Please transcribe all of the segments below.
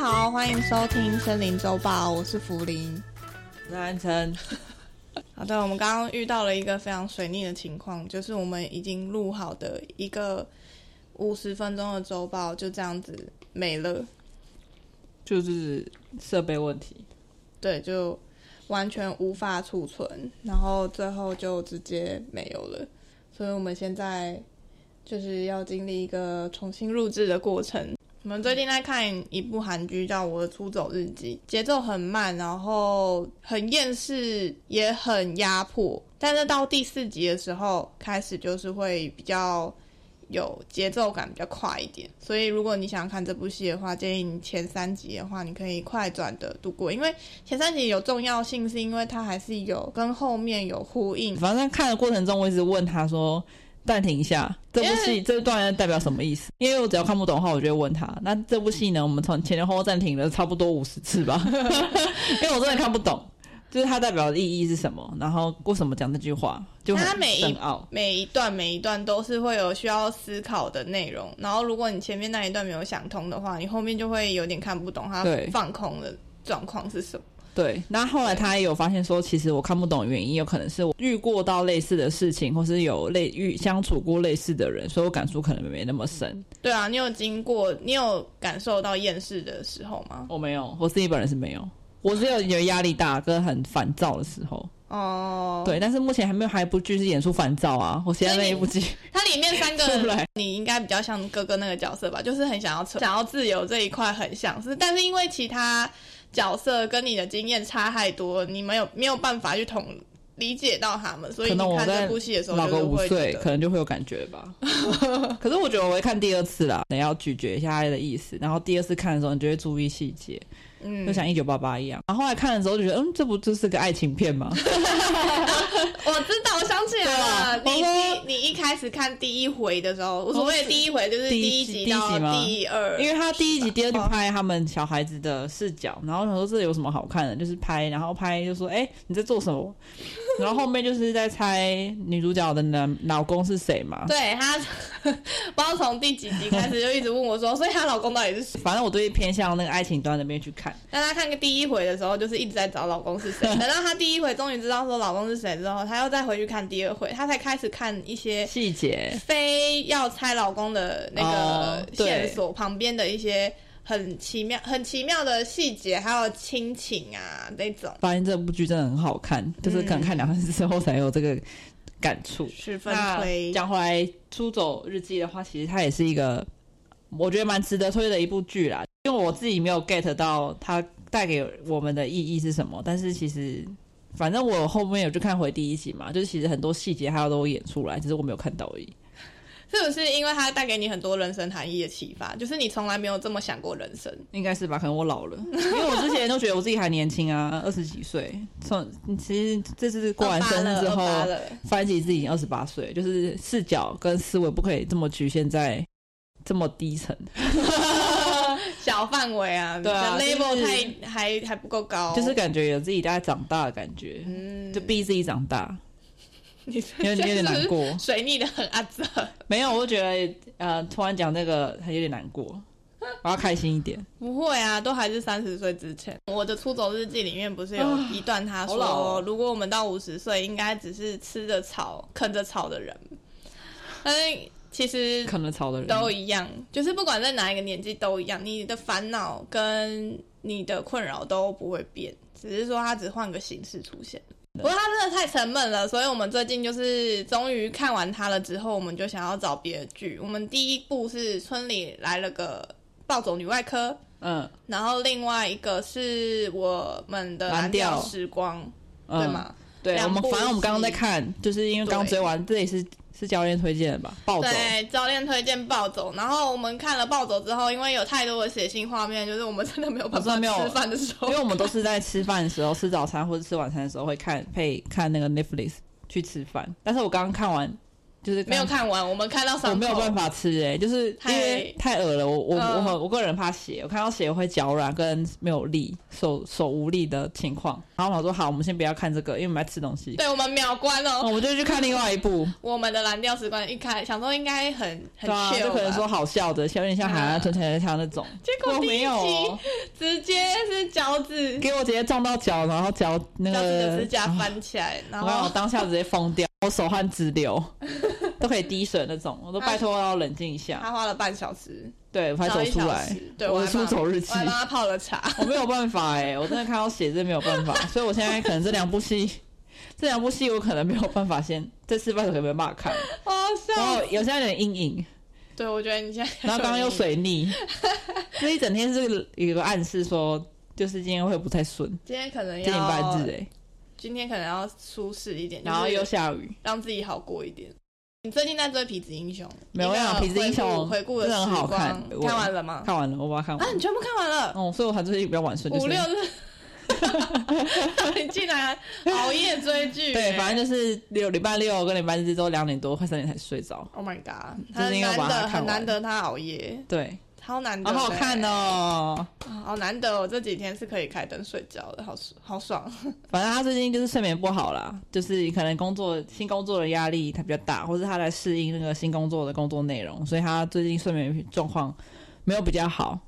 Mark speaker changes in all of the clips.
Speaker 1: 好，欢迎收听《森林周报》，我是福林。
Speaker 2: 那安晨，
Speaker 1: 好的，我们刚刚遇到了一个非常水逆的情况，就是我们已经录好的一个五十分钟的周报就这样子没了，
Speaker 2: 就是设备问题，
Speaker 1: 对，就完全无法储存，然后最后就直接没有了。所以我们现在就是要经历一个重新录制的过程。我们最近在看一部韩剧，叫《我的出走日记》，节奏很慢，然后很厌世，也很压迫。但是到第四集的时候，开始就是会比较有节奏感，比较快一点。所以如果你想看这部戏的话，建议你前三集的话，你可以快转的度过，因为前三集有重要性，是因为它还是有跟后面有呼应。
Speaker 2: 反正看的过程中，我一直问他说：“暂停一下，这部
Speaker 1: 因
Speaker 2: 戏这段代表什么意思？”因为我只要看不懂的话，我就会问他。那这部戏呢，我们从前前后后暂停了差不多五十次吧， 因为我真的看不懂，就是它代表的意义是什么，然后为什么讲这句话，就
Speaker 1: 它
Speaker 2: 很
Speaker 1: 每一
Speaker 2: 深奥。
Speaker 1: 每一段每一段都是会有需要思考的内容，然后如果你前面那一段没有想通的话，你后面就会有点看不懂它
Speaker 2: 对
Speaker 1: 放空的状况是什么。
Speaker 2: 对，那后来他也有发现说，其实我看不懂的原因，有可能是我遇过到类似的事情，或是有类遇相处过类似的人，所以我感触可能没那么深。
Speaker 1: 对啊，你有经过，你有感受到厌世的时候吗？
Speaker 2: 我没有，我自己本人是没有，我只有有压力大跟很烦躁的时候。
Speaker 1: 哦，，
Speaker 2: 对，但是目前还没有，还部剧是演出烦躁啊，我现在那一部剧
Speaker 1: 它里面三个
Speaker 2: 出来，
Speaker 1: 你应该比较像哥哥那个角色吧，就是很想要成想要自由这一块很像是，但是因为其他角色跟你的经验差太多，你没有没有办法去统理解到他们，所以
Speaker 2: 可
Speaker 1: 你
Speaker 2: 能我
Speaker 1: 看这
Speaker 2: 在
Speaker 1: 部戏的时候
Speaker 2: 老
Speaker 1: 就
Speaker 2: 个
Speaker 1: 是
Speaker 2: 五
Speaker 1: 会
Speaker 2: 岁
Speaker 1: 觉，得
Speaker 2: 可能就会有感觉吧。 可是我觉得我会看第二次啦，你要咀嚼一下它的意思，然后第二次看的时候，你就会注意细节，
Speaker 1: 嗯
Speaker 2: 就像一九八八一样。然后后来看的时候就觉得，嗯，这不就是个爱情片吗？
Speaker 1: 我知道，我想起来了。
Speaker 2: 对
Speaker 1: 你
Speaker 2: 啊
Speaker 1: 你你一开始看第一回的时候，我所谓的第一回就是
Speaker 2: 第一
Speaker 1: 第一
Speaker 2: 集
Speaker 1: 集
Speaker 2: 第一
Speaker 1: 到
Speaker 2: 集吗
Speaker 1: 第二，
Speaker 2: 因为他第一集、第二集
Speaker 1: 哦
Speaker 2: 拍他们小孩子的视角，然后想说这有什么好看的，就是拍，然后拍就说，哎、你在做什么？ 然后后面就是在猜女主角的男老公是谁嘛。
Speaker 1: 对她，不知道从第几集开始就一直问我说，所以她老公到底是谁？
Speaker 2: 反正我对偏向那个爱情端那边去看，
Speaker 1: 但她看个第一回的时候，就是一直在找老公是 谁。等到她第一回终于知道说老公是谁之后，她又再回去看第二回，她才开始看一些
Speaker 2: 细节
Speaker 1: 非要猜老公的那
Speaker 2: 哦
Speaker 1: 个
Speaker 2: 对
Speaker 1: 线索旁边的一些很奇妙、很奇妙的细节，还有亲情啊那种。
Speaker 2: 发现这部剧真的很好看，就是可能看两三次之后才有这个感触。
Speaker 1: 十分
Speaker 2: 那
Speaker 1: 推。
Speaker 2: 讲回来，《出走日记》的话，其实它也是一个我觉得蛮值得推的一部剧啦，因为我自己没有 get 到它带给我们的意义是什么，但是其实。反正我后面有去看回第一集嘛，就是其实很多细节它都演出来，只是我没有看到而已。
Speaker 1: 是不是因为它带给你很多人生含义的启发？就是你从来没有这么想过人生。
Speaker 2: 应该是吧，可能我 老了，因为我之前都觉得我自己还年轻啊，二十几岁。从其实这次过完生日之后，
Speaker 1: 28了28了
Speaker 2: 发现自己已经二十八岁，就是视角跟思维不可以这么局限在这么低层。
Speaker 1: 小范围啊，
Speaker 2: 对啊
Speaker 1: 你的
Speaker 2: 就
Speaker 1: level
Speaker 2: 是
Speaker 1: 太还还不够高，
Speaker 2: 就是感觉有自己在长大的感觉，
Speaker 1: 哦嗯，
Speaker 2: 就逼自己长大，
Speaker 1: 你
Speaker 2: 有点有点难，过。
Speaker 1: 水逆的很阿泽，
Speaker 2: 没有，我就觉得呃，突然讲这个还有点难过，我要开心一点。
Speaker 1: 不会啊，都还是三十岁之前。我的出走日记里面不是有一段他
Speaker 2: 啊好老
Speaker 1: 说，
Speaker 2: 哦
Speaker 1: 如果我们到五十岁，应该只是吃着草、啃着草的人。但是其实
Speaker 2: 可能吵的人
Speaker 1: 都一样，就是不管在哪一个年纪都一样，你的烦恼跟你的困扰都不会变，只是说它只换个形式出现。
Speaker 2: 嗯
Speaker 1: 不过它真的太沉闷了，所以我们最近就是终于看完它了之后，我们就想要找别的剧。我们第一部是村里来了个暴走女外科，
Speaker 2: 嗯
Speaker 1: 然后另外一个是我们的
Speaker 2: 蓝
Speaker 1: 蓝调
Speaker 2: 调
Speaker 1: 时光，
Speaker 2: 嗯，
Speaker 1: 对？吗？
Speaker 2: 对，我
Speaker 1: 两
Speaker 2: 们
Speaker 1: 部
Speaker 2: 反正我们刚刚在
Speaker 1: 戏
Speaker 2: 看，就是因为刚追完，这也是是教练推荐的吧？暴走，
Speaker 1: 对，教练推荐暴走，然后我们看了暴走之后，因为有太多的血腥画面，就是我们真的没有办
Speaker 2: 我真
Speaker 1: 法
Speaker 2: 的没有
Speaker 1: 吃饭的时候
Speaker 2: 因为我们都是在吃饭的时候，吃早餐或者吃晚餐的时候会看配看那个 Netflix 去吃饭。但是我刚刚看完就是
Speaker 1: 没有看完，我们看到
Speaker 2: 我
Speaker 1: 伤
Speaker 2: 没有办
Speaker 1: 口，
Speaker 2: 法吃哎、就是因为太恶了，我我、
Speaker 1: 嗯
Speaker 2: 我我个人怕血，我看到血会脚软跟没有力、手手无力的情况。然后我说好，我们先不要看这个，因为我们要吃东西。
Speaker 1: 对我们秒关
Speaker 2: 那
Speaker 1: 哦。
Speaker 2: 我就去看另外一部，
Speaker 1: 我们的蓝调时光一开，想说应该很很
Speaker 2: 对啊，
Speaker 1: chill，嗯
Speaker 2: 就可能
Speaker 1: 吧
Speaker 2: 说好笑的，像有点像《海岸村成人像那种。
Speaker 1: 结
Speaker 2: 我
Speaker 1: 果第
Speaker 2: 没
Speaker 1: 一
Speaker 2: 有
Speaker 1: 集
Speaker 2: 哦，
Speaker 1: 直接是脚趾，
Speaker 2: 给我直接撞到脚，然后脚那
Speaker 1: 脚趾的
Speaker 2: 个
Speaker 1: 指甲
Speaker 2: 啊
Speaker 1: 翻起来，然
Speaker 2: 我看我
Speaker 1: 后
Speaker 2: 当下直接疯掉，我手汗 直流，都可以滴水那种。我都
Speaker 1: 啊
Speaker 2: 拜托要冷静一下，
Speaker 1: 他花了半小时，
Speaker 2: 对，我才
Speaker 1: 然后
Speaker 2: 走
Speaker 1: 一
Speaker 2: 出
Speaker 1: 小
Speaker 2: 来
Speaker 1: 时，对，
Speaker 2: 我
Speaker 1: 我
Speaker 2: 的
Speaker 1: 还
Speaker 2: 出
Speaker 1: 帮
Speaker 2: 走日
Speaker 1: 我
Speaker 2: 期。
Speaker 1: 还帮他泡了茶。
Speaker 2: 我没有办法哎、我真的看到写字没有办法，所以我现在可能这两部戏，这两部戏我可能没有办法先这次拜托有没有办法看，
Speaker 1: 哇塞！
Speaker 2: 然后有现在有点阴影，
Speaker 1: 对，我觉得你现在
Speaker 2: 然后刚刚又，水逆，所以一整天是有个暗示说，就是今天会不太顺，
Speaker 1: 今天可能
Speaker 2: 一
Speaker 1: 要
Speaker 2: 点半日哎、
Speaker 1: 今天可能要舒适一点，
Speaker 2: 然后
Speaker 1: 就是
Speaker 2: 又下雨，
Speaker 1: 让自己好过一点。你最近在追《痞子英雄》？
Speaker 2: 没有
Speaker 1: 一个
Speaker 2: 我想痞子英雄
Speaker 1: 回顾回顾的
Speaker 2: 真的很好
Speaker 1: 时光
Speaker 2: 看我
Speaker 1: 看完了吗？
Speaker 2: 看完了我把它看
Speaker 1: 啊，
Speaker 2: 完，
Speaker 1: 你全部看完了？
Speaker 2: 哦、所以我才最近比较晚睡，就
Speaker 1: 五
Speaker 2: 是
Speaker 1: 六 日，你竟然熬夜追剧？
Speaker 2: 对，反
Speaker 1: 正。
Speaker 2: 正就是六礼拜六跟礼拜日都两点多快三点才睡着，
Speaker 1: Oh my god！
Speaker 2: 就
Speaker 1: 他
Speaker 2: 是
Speaker 1: 很
Speaker 2: 因为我
Speaker 1: 难
Speaker 2: 把它
Speaker 1: 得
Speaker 2: 看
Speaker 1: 很
Speaker 2: 完
Speaker 1: 难得他熬夜，
Speaker 2: 对，
Speaker 1: 超难得
Speaker 2: 好
Speaker 1: 的欸、
Speaker 2: 好看哦。
Speaker 1: 啊，好难得哦！这几天是可以开灯睡觉的，好爽好爽。哦
Speaker 2: 反正他最近就是睡眠不好啦，就是可能工作新工作的压力他比较大，或是他在适应那个新工作的工作内容，所以他最近睡眠状况没有比较好，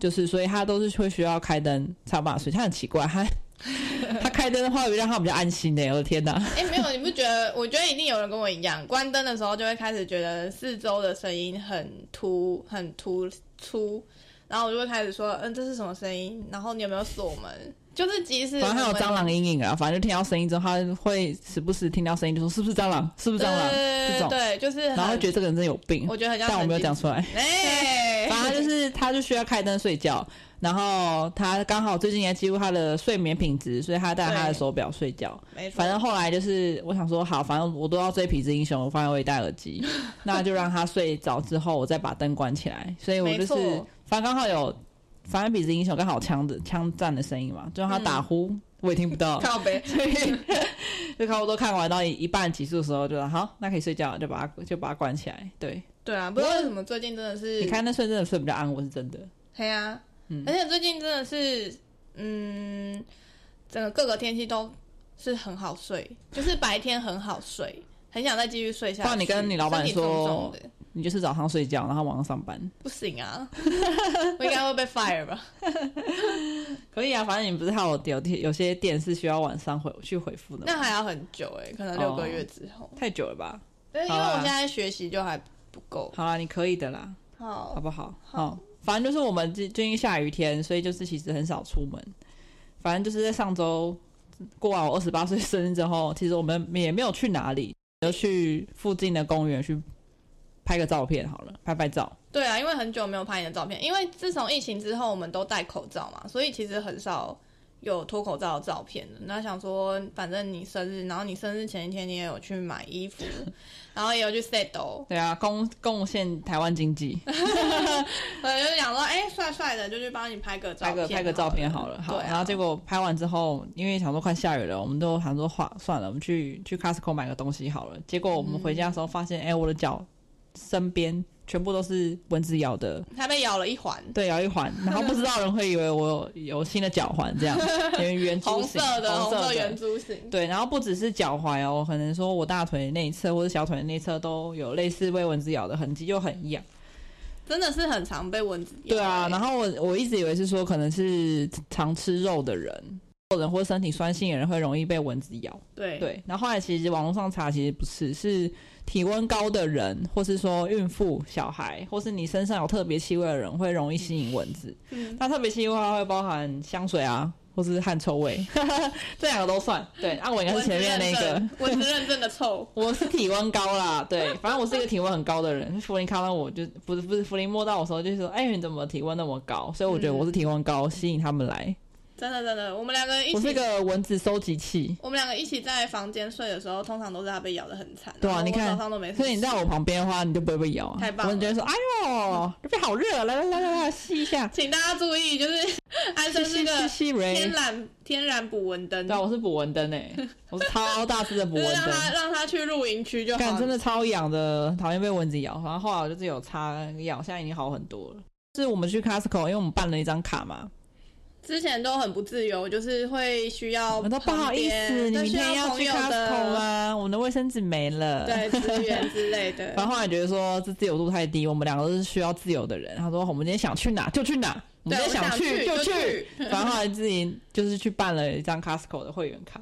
Speaker 2: 就是所以他都是会需要开灯才有办法睡。他很奇怪，他 他开灯的话会让他比较安心的、我的天哪！
Speaker 1: 哎、没有，你不觉得？我觉得一定有人跟我一样，关灯的时候就会开始觉得四周的声音很突、很突出，然后我就会开始说，嗯，这是什么声音？然后你有没有锁门？就是即使
Speaker 2: 反正他有
Speaker 1: 我们
Speaker 2: 蟑，螂阴影啊，反正就听到声音之后，他会时不时听到声音就说是不是蟑螂，是不是蟑螂，这
Speaker 1: 对对
Speaker 2: 种，
Speaker 1: 对，就是很，
Speaker 2: 然后会觉得这个人真有病，
Speaker 1: 呃我觉得很像，
Speaker 2: 但我没有讲，出来。
Speaker 1: 哎、
Speaker 2: 反正就是他就需要开灯睡觉，然后他刚好最近也记录他的睡眠品质，所以他戴他的手表 睡觉。
Speaker 1: 没错
Speaker 2: 反正后来就是我想说，好，反正我都要追痞子英雄，我发现我也戴耳机，那就让他睡着之后，我再把灯关起来。所以我就
Speaker 1: 没
Speaker 2: 是
Speaker 1: 错，
Speaker 2: 反正刚好有，反正痞子英雄刚好枪的枪战的声音嘛，就让他打呼，我也听不到。
Speaker 1: 嗯靠背，
Speaker 2: 所以 就差不多看完到一一半集数的时候，就说好，那可以睡觉了，就把它就把它关起来。对，
Speaker 1: 对啊，不知道为什么最近真的是
Speaker 2: 你，看那睡真的睡比较安稳，是真的。
Speaker 1: 对啊，
Speaker 2: 嗯
Speaker 1: 而且最近真的是，嗯，整个各个天气都是很好睡，就是白天很好睡，很想再继续睡下去。
Speaker 2: 不然你跟你老板
Speaker 1: 身体重重的
Speaker 2: 你就是早上睡觉，然后晚上上班，
Speaker 1: 不行啊， 我应该会被 fire 吧？
Speaker 2: 可以啊。反正你不是还有有有些店是需要晚上回去回复的吗，
Speaker 1: 那还要很久哎、可能六个月之后。
Speaker 2: 太久了吧？
Speaker 1: 对，因
Speaker 2: 好
Speaker 1: 为
Speaker 2: 啊
Speaker 1: 我现在学习就还不够。
Speaker 2: 好啦，你可以的啦，好
Speaker 1: 好，
Speaker 2: 不好？
Speaker 1: 哦好
Speaker 2: 好，反正就是我们最最近下雨天，所以就是其实很少出门。反正就是在上周过完我二十八岁生日之后，其实我们也没有去哪里，就去附近的公园去拍个照片好了，拍拍照。
Speaker 1: 对啊，因为很久没有拍你的照片，因为自从疫情之后，我们都戴口罩嘛，所以其实很少有脱口罩的照片的。那想说，反正你生日，然后你生日前一天你也有去买衣 服，然后也有去 settle，
Speaker 2: 对啊，贡贡献台湾经济，
Speaker 1: 所以就想说，哎、帅帅的，就去帮你拍个照片好
Speaker 2: 拍个
Speaker 1: 了，
Speaker 2: 拍个照片好了，好。
Speaker 1: 对啊
Speaker 2: 然后结果拍完之后，因为想说快下雨了，我们都想说话算了，我们去去 Costco 买个东西好了。结果我们回家的时候发现，
Speaker 1: 嗯
Speaker 2: 哎、我的脚身边全部都是蚊子 咬的，
Speaker 1: 他被咬了一环，
Speaker 2: 对，咬一环，然后不知道人会以为我有有新的脚环这样，圆圆珠
Speaker 1: 红
Speaker 2: 形
Speaker 1: 色的
Speaker 2: 红
Speaker 1: 色
Speaker 2: 的
Speaker 1: 圆珠形，
Speaker 2: 对，然后不只是脚踝哦，可能说我大腿内侧或者小腿内侧都有类似被蚊子咬的痕迹，就很痒。
Speaker 1: 真的是很常被蚊子咬、
Speaker 2: 对啊，
Speaker 1: 哎
Speaker 2: 然后我我一直以为是说可能是常吃肉的人，或者或身体酸性的人会容易被蚊子咬。
Speaker 1: 对
Speaker 2: 对，然后后来其实网络上查其实不是，是体温高的人，或是说孕妇、小孩，或是你身上有特别气味的人会容易吸引蚊子。
Speaker 1: 嗯
Speaker 2: 那特别气味的话会包含香水啊，或是汗臭味， 这两个都算。对，啊，我应该是前面那个。
Speaker 1: 蚊子认证的臭，
Speaker 2: 我是体温高啦，对，反正我是一个体温很高的人。福林看到我就不是不是福林摸到我的时候就说：“哎、你怎么体温那么高？”所以我觉得我是体温高，吸引他们来。
Speaker 1: 真的真的，我们两个一
Speaker 2: 我是一
Speaker 1: 起，
Speaker 2: 个蚊子收集器，
Speaker 1: 我们两个一起在房间睡的时候，通常都是他被咬的很惨，
Speaker 2: 对啊
Speaker 1: 然后
Speaker 2: 你看
Speaker 1: 我早上都没事
Speaker 2: 所以你在我旁边的话，你就不会被咬啊。
Speaker 1: 太棒了。
Speaker 2: 我就会说：“哎呦，这边好热，来来来来来，吸一下
Speaker 1: 请大家注意， 就是安
Speaker 2: 吸”
Speaker 1: 生
Speaker 2: 吸
Speaker 1: 是
Speaker 2: 吸
Speaker 1: 个
Speaker 2: 吸
Speaker 1: 天
Speaker 2: ，Ray。
Speaker 1: 然天然捕蚊灯，
Speaker 2: 对啊，我是捕蚊灯诶，我是超大只的捕
Speaker 1: 就是
Speaker 2: 蚊
Speaker 1: 让
Speaker 2: 灯。
Speaker 1: 他让他去露营区就好
Speaker 2: 感
Speaker 1: 了。
Speaker 2: 真的超痒的，讨厌被蚊子咬。然后后来我就是有擦药，现在已经好很多了。是我们去 Costco，因为我们办了一张卡嘛，
Speaker 1: 之前都很不自由，就是会需要
Speaker 2: 我都不好意
Speaker 1: 旁
Speaker 2: 思，
Speaker 1: 边
Speaker 2: 你
Speaker 1: 对
Speaker 2: 明
Speaker 1: 需要
Speaker 2: 天要
Speaker 1: 朋
Speaker 2: 去
Speaker 1: 友
Speaker 2: Costco 啊
Speaker 1: 的
Speaker 2: 吗？我们的卫生纸没了。。
Speaker 1: 对资源之类
Speaker 2: 然
Speaker 1: 的。
Speaker 2: 后后来觉得说这自由度太低，我们两个都是需要自由的人。他说我们今天想去哪就去哪，我
Speaker 1: 对，
Speaker 2: 们
Speaker 1: 我
Speaker 2: 今天
Speaker 1: 想
Speaker 2: 去
Speaker 1: 就
Speaker 2: 去。
Speaker 1: 去。
Speaker 2: 然后后来自己就是去办了一张 Costco 的会员卡。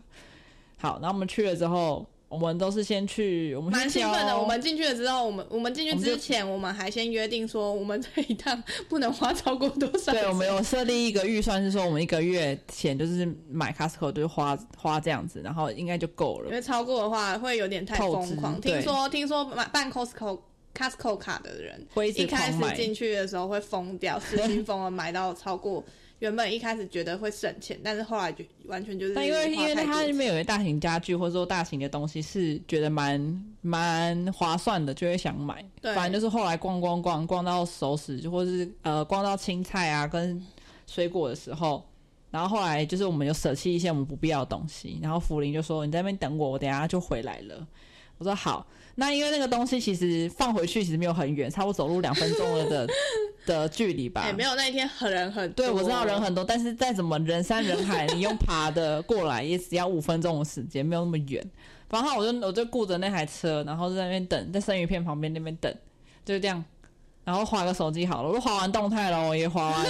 Speaker 2: 好，然后我们去了之后，我们都是先去，哦我们
Speaker 1: 蛮
Speaker 2: 先
Speaker 1: 兴奋的，
Speaker 2: 挑
Speaker 1: 我们进去了之后，我们我们进去之前，我们还先约定说，我们这一趟不能花超过多少钱。
Speaker 2: 对，我们有设立一个预算，是说我们一个月前就是买 Costco 就是花花这样子，然后应该就够
Speaker 1: 因
Speaker 2: 了。
Speaker 1: 为超过的话会有点太
Speaker 2: 透
Speaker 1: 疯狂。
Speaker 2: 支对
Speaker 1: 听说听说买办 Costco Costco 卡的人，
Speaker 2: 会一直
Speaker 1: 一开
Speaker 2: 狂
Speaker 1: 始
Speaker 2: 买，
Speaker 1: 进去的时候会疯掉，失心疯了，买到超过原本一开始觉得会省钱，但是后来就完全就是
Speaker 2: 但因为因
Speaker 1: 花
Speaker 2: 为
Speaker 1: 太多
Speaker 2: 它
Speaker 1: 钱
Speaker 2: 里面有些大型家具或者说大型的东西是觉得蛮蛮划算的，就会想买。
Speaker 1: 对
Speaker 2: 反正就是后来逛逛逛逛到熟食，或是呃逛到青菜啊跟水果的时候。然后后来就是我们有舍弃一些我们不必要的东西，然后福林就说：“你在那边等我，我等一下就回来了。”我说：“好。”那因为那个东西其实放回去其实没有很远，差不多走路两分钟了 的的距离吧。
Speaker 1: 哎、没有那一天很人很多
Speaker 2: 对，我知道人很多，但是再怎么人山人海，你用爬的过来也只要五分钟的时间，没有那么远。然后我就我就顾着那台车，然后在那边等，在生鱼片旁边那边等，就是这样。然后划个手机好了，我都划完动态了，我也 划完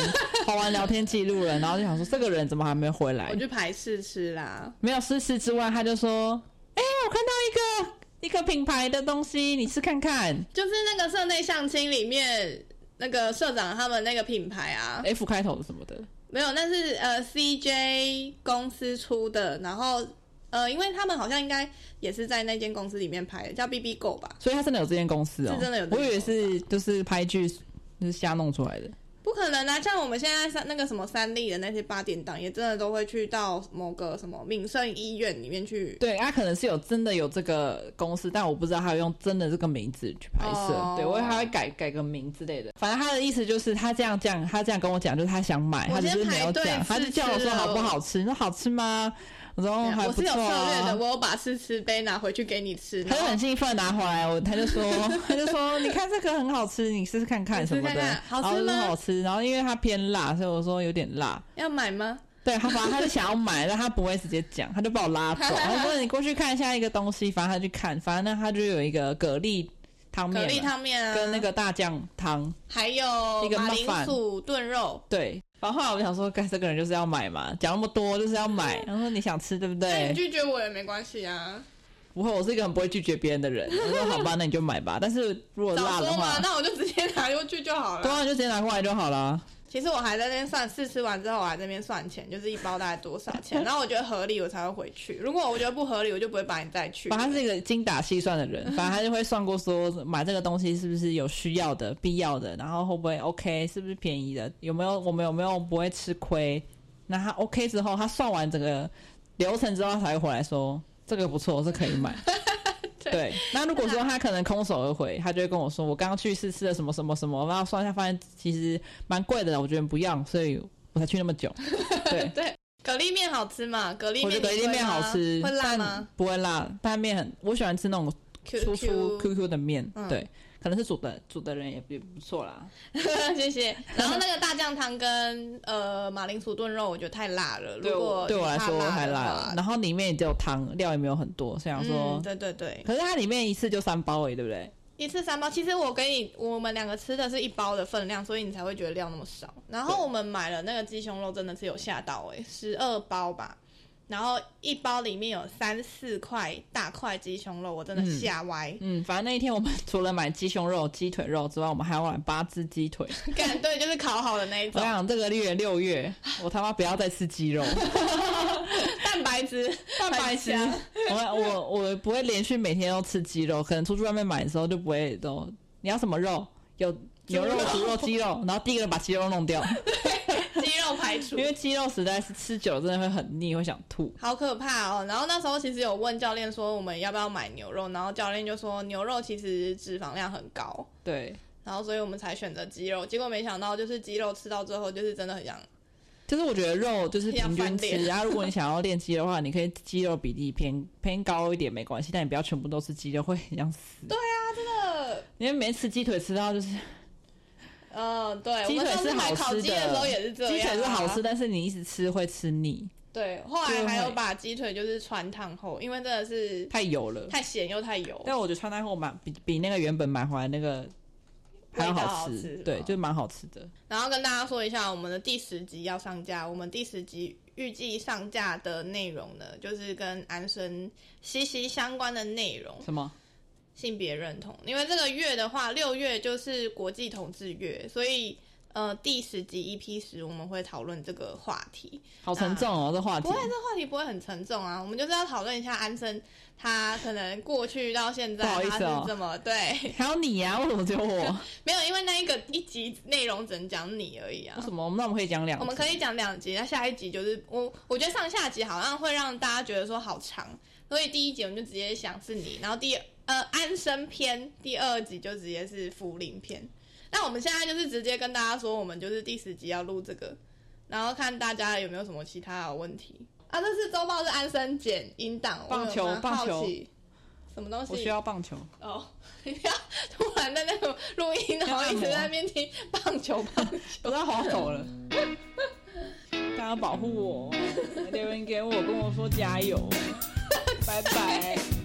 Speaker 2: 划完聊天记录了，然后就想说这个人怎么还没回来
Speaker 1: 我？去排试吃啦。
Speaker 2: 没有私事之外，他就说：“哎、我看到一个一个品牌的东西，你试看看
Speaker 1: 就是那个社内相亲里面那个社长他们那个品牌啊，
Speaker 2: ，F 开头的什么的。”
Speaker 1: 没有，那是呃 CJ 公司出的，然后呃，因为他们好像应该也是在那间公司里面拍的，叫 BB Go 吧？
Speaker 2: 所以他真的有这间公司哦，
Speaker 1: 是真的有这间
Speaker 2: 我以为是就是拍剧就是瞎弄出来的。
Speaker 1: 不可能啊！像我们现在三那个什么三立的那些八点档，也真的都会去到某个什么民生医院里面去
Speaker 2: 对，他可能是有真的有这个公司，但我不知道他有用真的这个名字去拍摄。
Speaker 1: 哦
Speaker 2: 对，我以为他会改改个名之类的。反正他的意思就是他这样讲，他这样跟我讲，就是他想买，
Speaker 1: 我
Speaker 2: 他只
Speaker 1: 先
Speaker 2: 是没有
Speaker 1: 排队
Speaker 2: 讲，他就
Speaker 1: 试
Speaker 2: 叫我
Speaker 1: 吃
Speaker 2: 说
Speaker 1: 了
Speaker 2: 好不好吃，你说好吃吗？我说哦还
Speaker 1: 我
Speaker 2: 不
Speaker 1: 是有策
Speaker 2: 错、
Speaker 1: 略的，
Speaker 2: 啊。
Speaker 1: 我有把试吃杯拿回去给你吃，
Speaker 2: 他
Speaker 1: 然
Speaker 2: 就
Speaker 1: 后
Speaker 2: 很兴奋拿回来，我他 就说他就说你看这个很好吃，你试试看看
Speaker 1: 你
Speaker 2: 什
Speaker 1: 试试
Speaker 2: 么
Speaker 1: 看
Speaker 2: 的，
Speaker 1: 看好吃
Speaker 2: 然后就说
Speaker 1: 吗
Speaker 2: 好吃，然后因为它偏辣，所以我说有点辣，
Speaker 1: 要买吗？
Speaker 2: 对他，反正他就想要买，但他不会直接讲，他就把我拉走。他说：“你过去看一下一个东西。”反正他去看，反正那他就有一个蛤蜊汤
Speaker 1: 蛤
Speaker 2: 面
Speaker 1: 蜊
Speaker 2: 嘛，
Speaker 1: 汤面啊，
Speaker 2: 跟那个大酱汤。
Speaker 1: 还有
Speaker 2: 一个
Speaker 1: 马
Speaker 2: muffin
Speaker 1: 铃薯炖肉。
Speaker 2: 对，然后后来我就想说，该这个人就是要买嘛，讲那么多就是要买。然后说你想吃对不
Speaker 1: 那哎你
Speaker 2: 对？
Speaker 1: 拒绝我也没关系啊，
Speaker 2: 不会，我是一个很不会拒绝别人的人。我说好吧，那你就买吧。但是如果
Speaker 1: 早
Speaker 2: 辣的
Speaker 1: 说嘛
Speaker 2: 话，，
Speaker 1: 那我就直接拿过去就好
Speaker 2: 对
Speaker 1: 了。
Speaker 2: 啊，你就直接拿过来就好了。
Speaker 1: 其实我还在那边算试吃完之后，我还在那边算钱，就是一包大概多少 钱，然后我觉得合理我才会回去。如果我觉得不合理，我就不会把你带去。
Speaker 2: 反正他是一个精打细算的人，反正他就会算过说买这个东西是不是有需要的、必要的，然后会不会 OK，是不是便宜的，有没有我们有没有不会吃亏。那他 OK 之后，他算完整个流程之后，他才会回来说这个不错，这可以 买。
Speaker 1: 对，
Speaker 2: 对，那如果说他可能空手而回，他就会跟我说：“我刚刚去试吃了什么什么什么，然后算一下发现其实蛮贵的，我觉得不要，所以我才去那么久。”对
Speaker 1: 对，蛤蜊面好吃嘛？蛤蜊
Speaker 2: 我觉
Speaker 1: 面
Speaker 2: 得
Speaker 1: 你
Speaker 2: 一
Speaker 1: 会
Speaker 2: 面好
Speaker 1: 吗
Speaker 2: 吃，
Speaker 1: 会辣
Speaker 2: 但
Speaker 1: 吗
Speaker 2: 不会辣，但面很，我喜欢吃那种
Speaker 1: ？Q
Speaker 2: 粗粗
Speaker 1: Q，
Speaker 2: QQ 的面，
Speaker 1: 嗯
Speaker 2: 对，可能是煮的煮的人也也不错啦。
Speaker 1: 谢谢。然后那个大酱汤跟呃马铃薯炖肉，我觉得太辣了。如果
Speaker 2: 对我
Speaker 1: 你
Speaker 2: 来
Speaker 1: 怕
Speaker 2: 说
Speaker 1: 辣
Speaker 2: 太
Speaker 1: 的
Speaker 2: 辣
Speaker 1: 话
Speaker 2: 了，然后里面也只有汤，料也没有很多，所以想说
Speaker 1: 嗯，，对对对，
Speaker 2: 可是它里面一次就三包而已，对不对？
Speaker 1: 一次三包。其实我给你，我们两个吃的是一包的分量，所以你才会觉得料那么少。然后我们买了那个鸡胸肉，真的是有吓到哎、欸，十二包吧。然后一包里面有三四块大块鸡胸肉，我真的吓歪。
Speaker 2: 嗯，反正那一天我们 除了买鸡胸肉、鸡腿肉之外，我们还要买八只鸡腿。
Speaker 1: 感、对，就是烤好的那一
Speaker 2: 我
Speaker 1: 种
Speaker 2: 想这个月六月，我他妈不要再吃鸡 肉，
Speaker 1: 蛋白质，蛋
Speaker 2: 白痴。我我我不会连续每天都吃鸡肉，可能出去外面买的时候就不会都。你要什么肉？有牛肉、
Speaker 1: 猪肉
Speaker 2: 猪肉、鸡肉，然后第一个人把鸡肉弄掉。
Speaker 1: 肌肉排除
Speaker 2: 因，为鸡肉实在是吃久了真的会很腻，会想吐。
Speaker 1: 好可怕哦。然后那时候其实有问教练说我们要不要买牛肉，然后教练就说牛肉其实脂肪量很高，
Speaker 2: 对，
Speaker 1: 然后所以我们才选择鸡肉。结果没想到就是鸡肉吃到最后就是真的很想
Speaker 2: 就是我觉得肉就是平
Speaker 1: 要
Speaker 2: 均
Speaker 1: 翻
Speaker 2: 吃，
Speaker 1: 脸
Speaker 2: 然后如 果你想要练肌肉的话，你可以肌肉比例偏偏高一点没关系，但你不要全部都吃鸡肉，会很想死。对，
Speaker 1: 呃
Speaker 2: 因为每次鸡腿吃到就是
Speaker 1: 嗯，对，我
Speaker 2: 鸡
Speaker 1: 们
Speaker 2: 腿
Speaker 1: 上次
Speaker 2: 是好
Speaker 1: 买烤
Speaker 2: 吃
Speaker 1: 鸡的时候也是这样、啊，
Speaker 2: 鸡腿是好吃，。但是你一直吃会吃腻，
Speaker 1: 对，后来还
Speaker 2: 就
Speaker 1: 有
Speaker 2: 会
Speaker 1: 把鸡腿就是穿烫后，因为真的是
Speaker 2: 太油了。
Speaker 1: 太咸又太油。
Speaker 2: 但我觉得川菜后蛮比比那个原本买回来那个还要
Speaker 1: 味道
Speaker 2: 好
Speaker 1: 好
Speaker 2: 吃，
Speaker 1: 吃
Speaker 2: 对，
Speaker 1: 哦
Speaker 2: 就蛮好吃的。
Speaker 1: 然后跟大家说一下，我们的第十集要上架，我们第十集预计上架的内容呢，就是跟安生息息相关的内容，
Speaker 2: 什么？
Speaker 1: 性别认同。因为这个月的话，六月就是国际同志月，所以呃，第十集 EP 十我们会讨论这个话题。
Speaker 2: 好沉重哦，这话题
Speaker 1: 不。会，这话题不会很沉重啊。我们就是要讨论一下安生，他可能过去到现在
Speaker 2: 不好意
Speaker 1: 他
Speaker 2: 思哦
Speaker 1: 是怎么、对，
Speaker 2: 还有你呀、为什么只有我？
Speaker 1: 没有，因为那一个一集内容只能讲你而已
Speaker 2: 为
Speaker 1: 啊。
Speaker 2: 什么？那我们可以讲两集，
Speaker 1: 我们可以讲两集，那下一集就是我，我觉得上下集好像会让大家觉得说好长，所以第一集我们就直接想是你，然后第呃安生篇，第二集就直接是福林篇。那我们现在就是直接跟大家说，我们就是第十集要录这个，然后看大家有没有什么其他的问题啊。这次周报是安生剪音档，
Speaker 2: 棒球
Speaker 1: 我有蛮好
Speaker 2: 棒球
Speaker 1: 奇什么东
Speaker 2: 我需
Speaker 1: 西？
Speaker 2: 要棒球。
Speaker 1: 哦，你不要突然在那个录音，然后一
Speaker 2: 啊
Speaker 1: 直在那边听棒球棒球。
Speaker 2: 我在滑手了，大家保护我，留言给我，跟我说加油，拜拜。